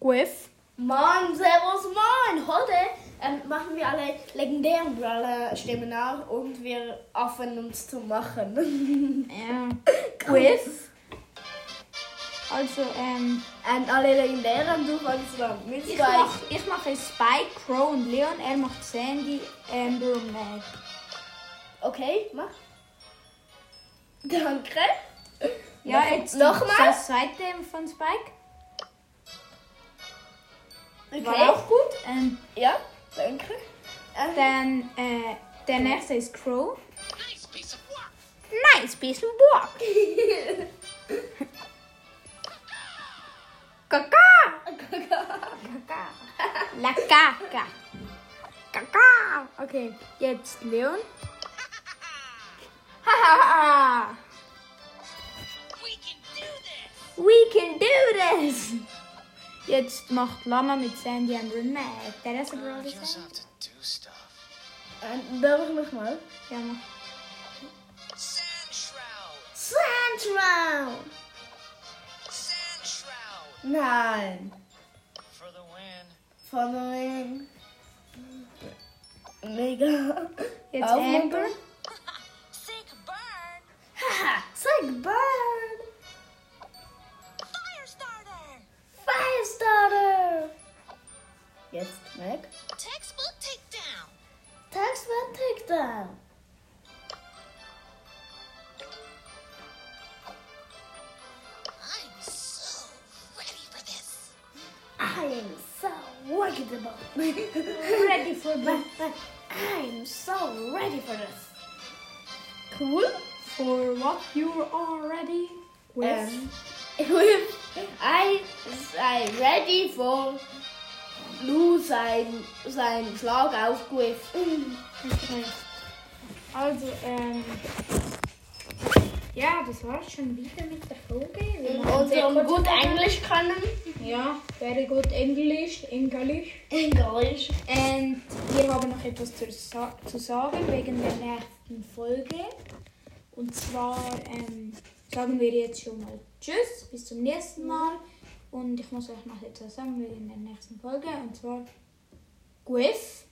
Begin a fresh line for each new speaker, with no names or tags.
Griff.
Moin, Servus, Moin! Heute ähm, machen wir alle legendären Brawler-Stimmen nach und wir offen uns zu machen.
Äh, Griff. Also, ähm,
und alle legendären, du fängst an. Mit
ich,
Spike.
mach, ich mache Spike, Crow und Leon. Er macht Sandy, Amber und Meg.
Okay, mach. Danke.
Ja,
Noch-
jetzt
noch
noch
mal?
das zweite von Spike. War
Okay.
auch gut. Ähm,
Ja, danke. Ähm,
dann, äh, der nächste ist Crow.
Nice piece of work.
Nice piece of work. Kaka. Kaka. La Kaka. Kaka. Okay, jetzt Leon. Hahaha.
We can do this.
We can do this. Jetzt macht Lama mit Sandy und Renee. Der ist aber auch
You also have to do stuff.
ähm, darf ich nochmal?
Ja, mach.
Sand shroud.
Sandround!
Sand shroud.
Nein.
For the win.
Following. Mega.
Jetzt
Aufmuntern.
Amber.
Sick burn.
Haha, Sag Burn.
Fire starter.
Firestarter! Jetzt Mac.
Textbook takedown.
Taxman Takedown.
I'm so ready for this.
I am so workable.
Ready for
but,
battle.
but I am so ready for this. Um, Cool.
For what you are ready with.
Um, I I ready for Lou sein sein Schlag aufgriff. Ähm.
Okay. Also, ähm. Ja, das war's schon wieder mit der Folge. Wir machen
Und
sehr
um
kurz-
gut Englisch können.
Ja, very good English, English.
Englisch.
Und wir haben noch etwas zu, sa- zu sagen wegen der nächsten Folge. Und zwar ähm, sagen wir jetzt schon mal Tschüss, bis zum nächsten Mal. Und ich muss euch noch etwas sagen wegen der nächsten Folge. Und zwar Griff.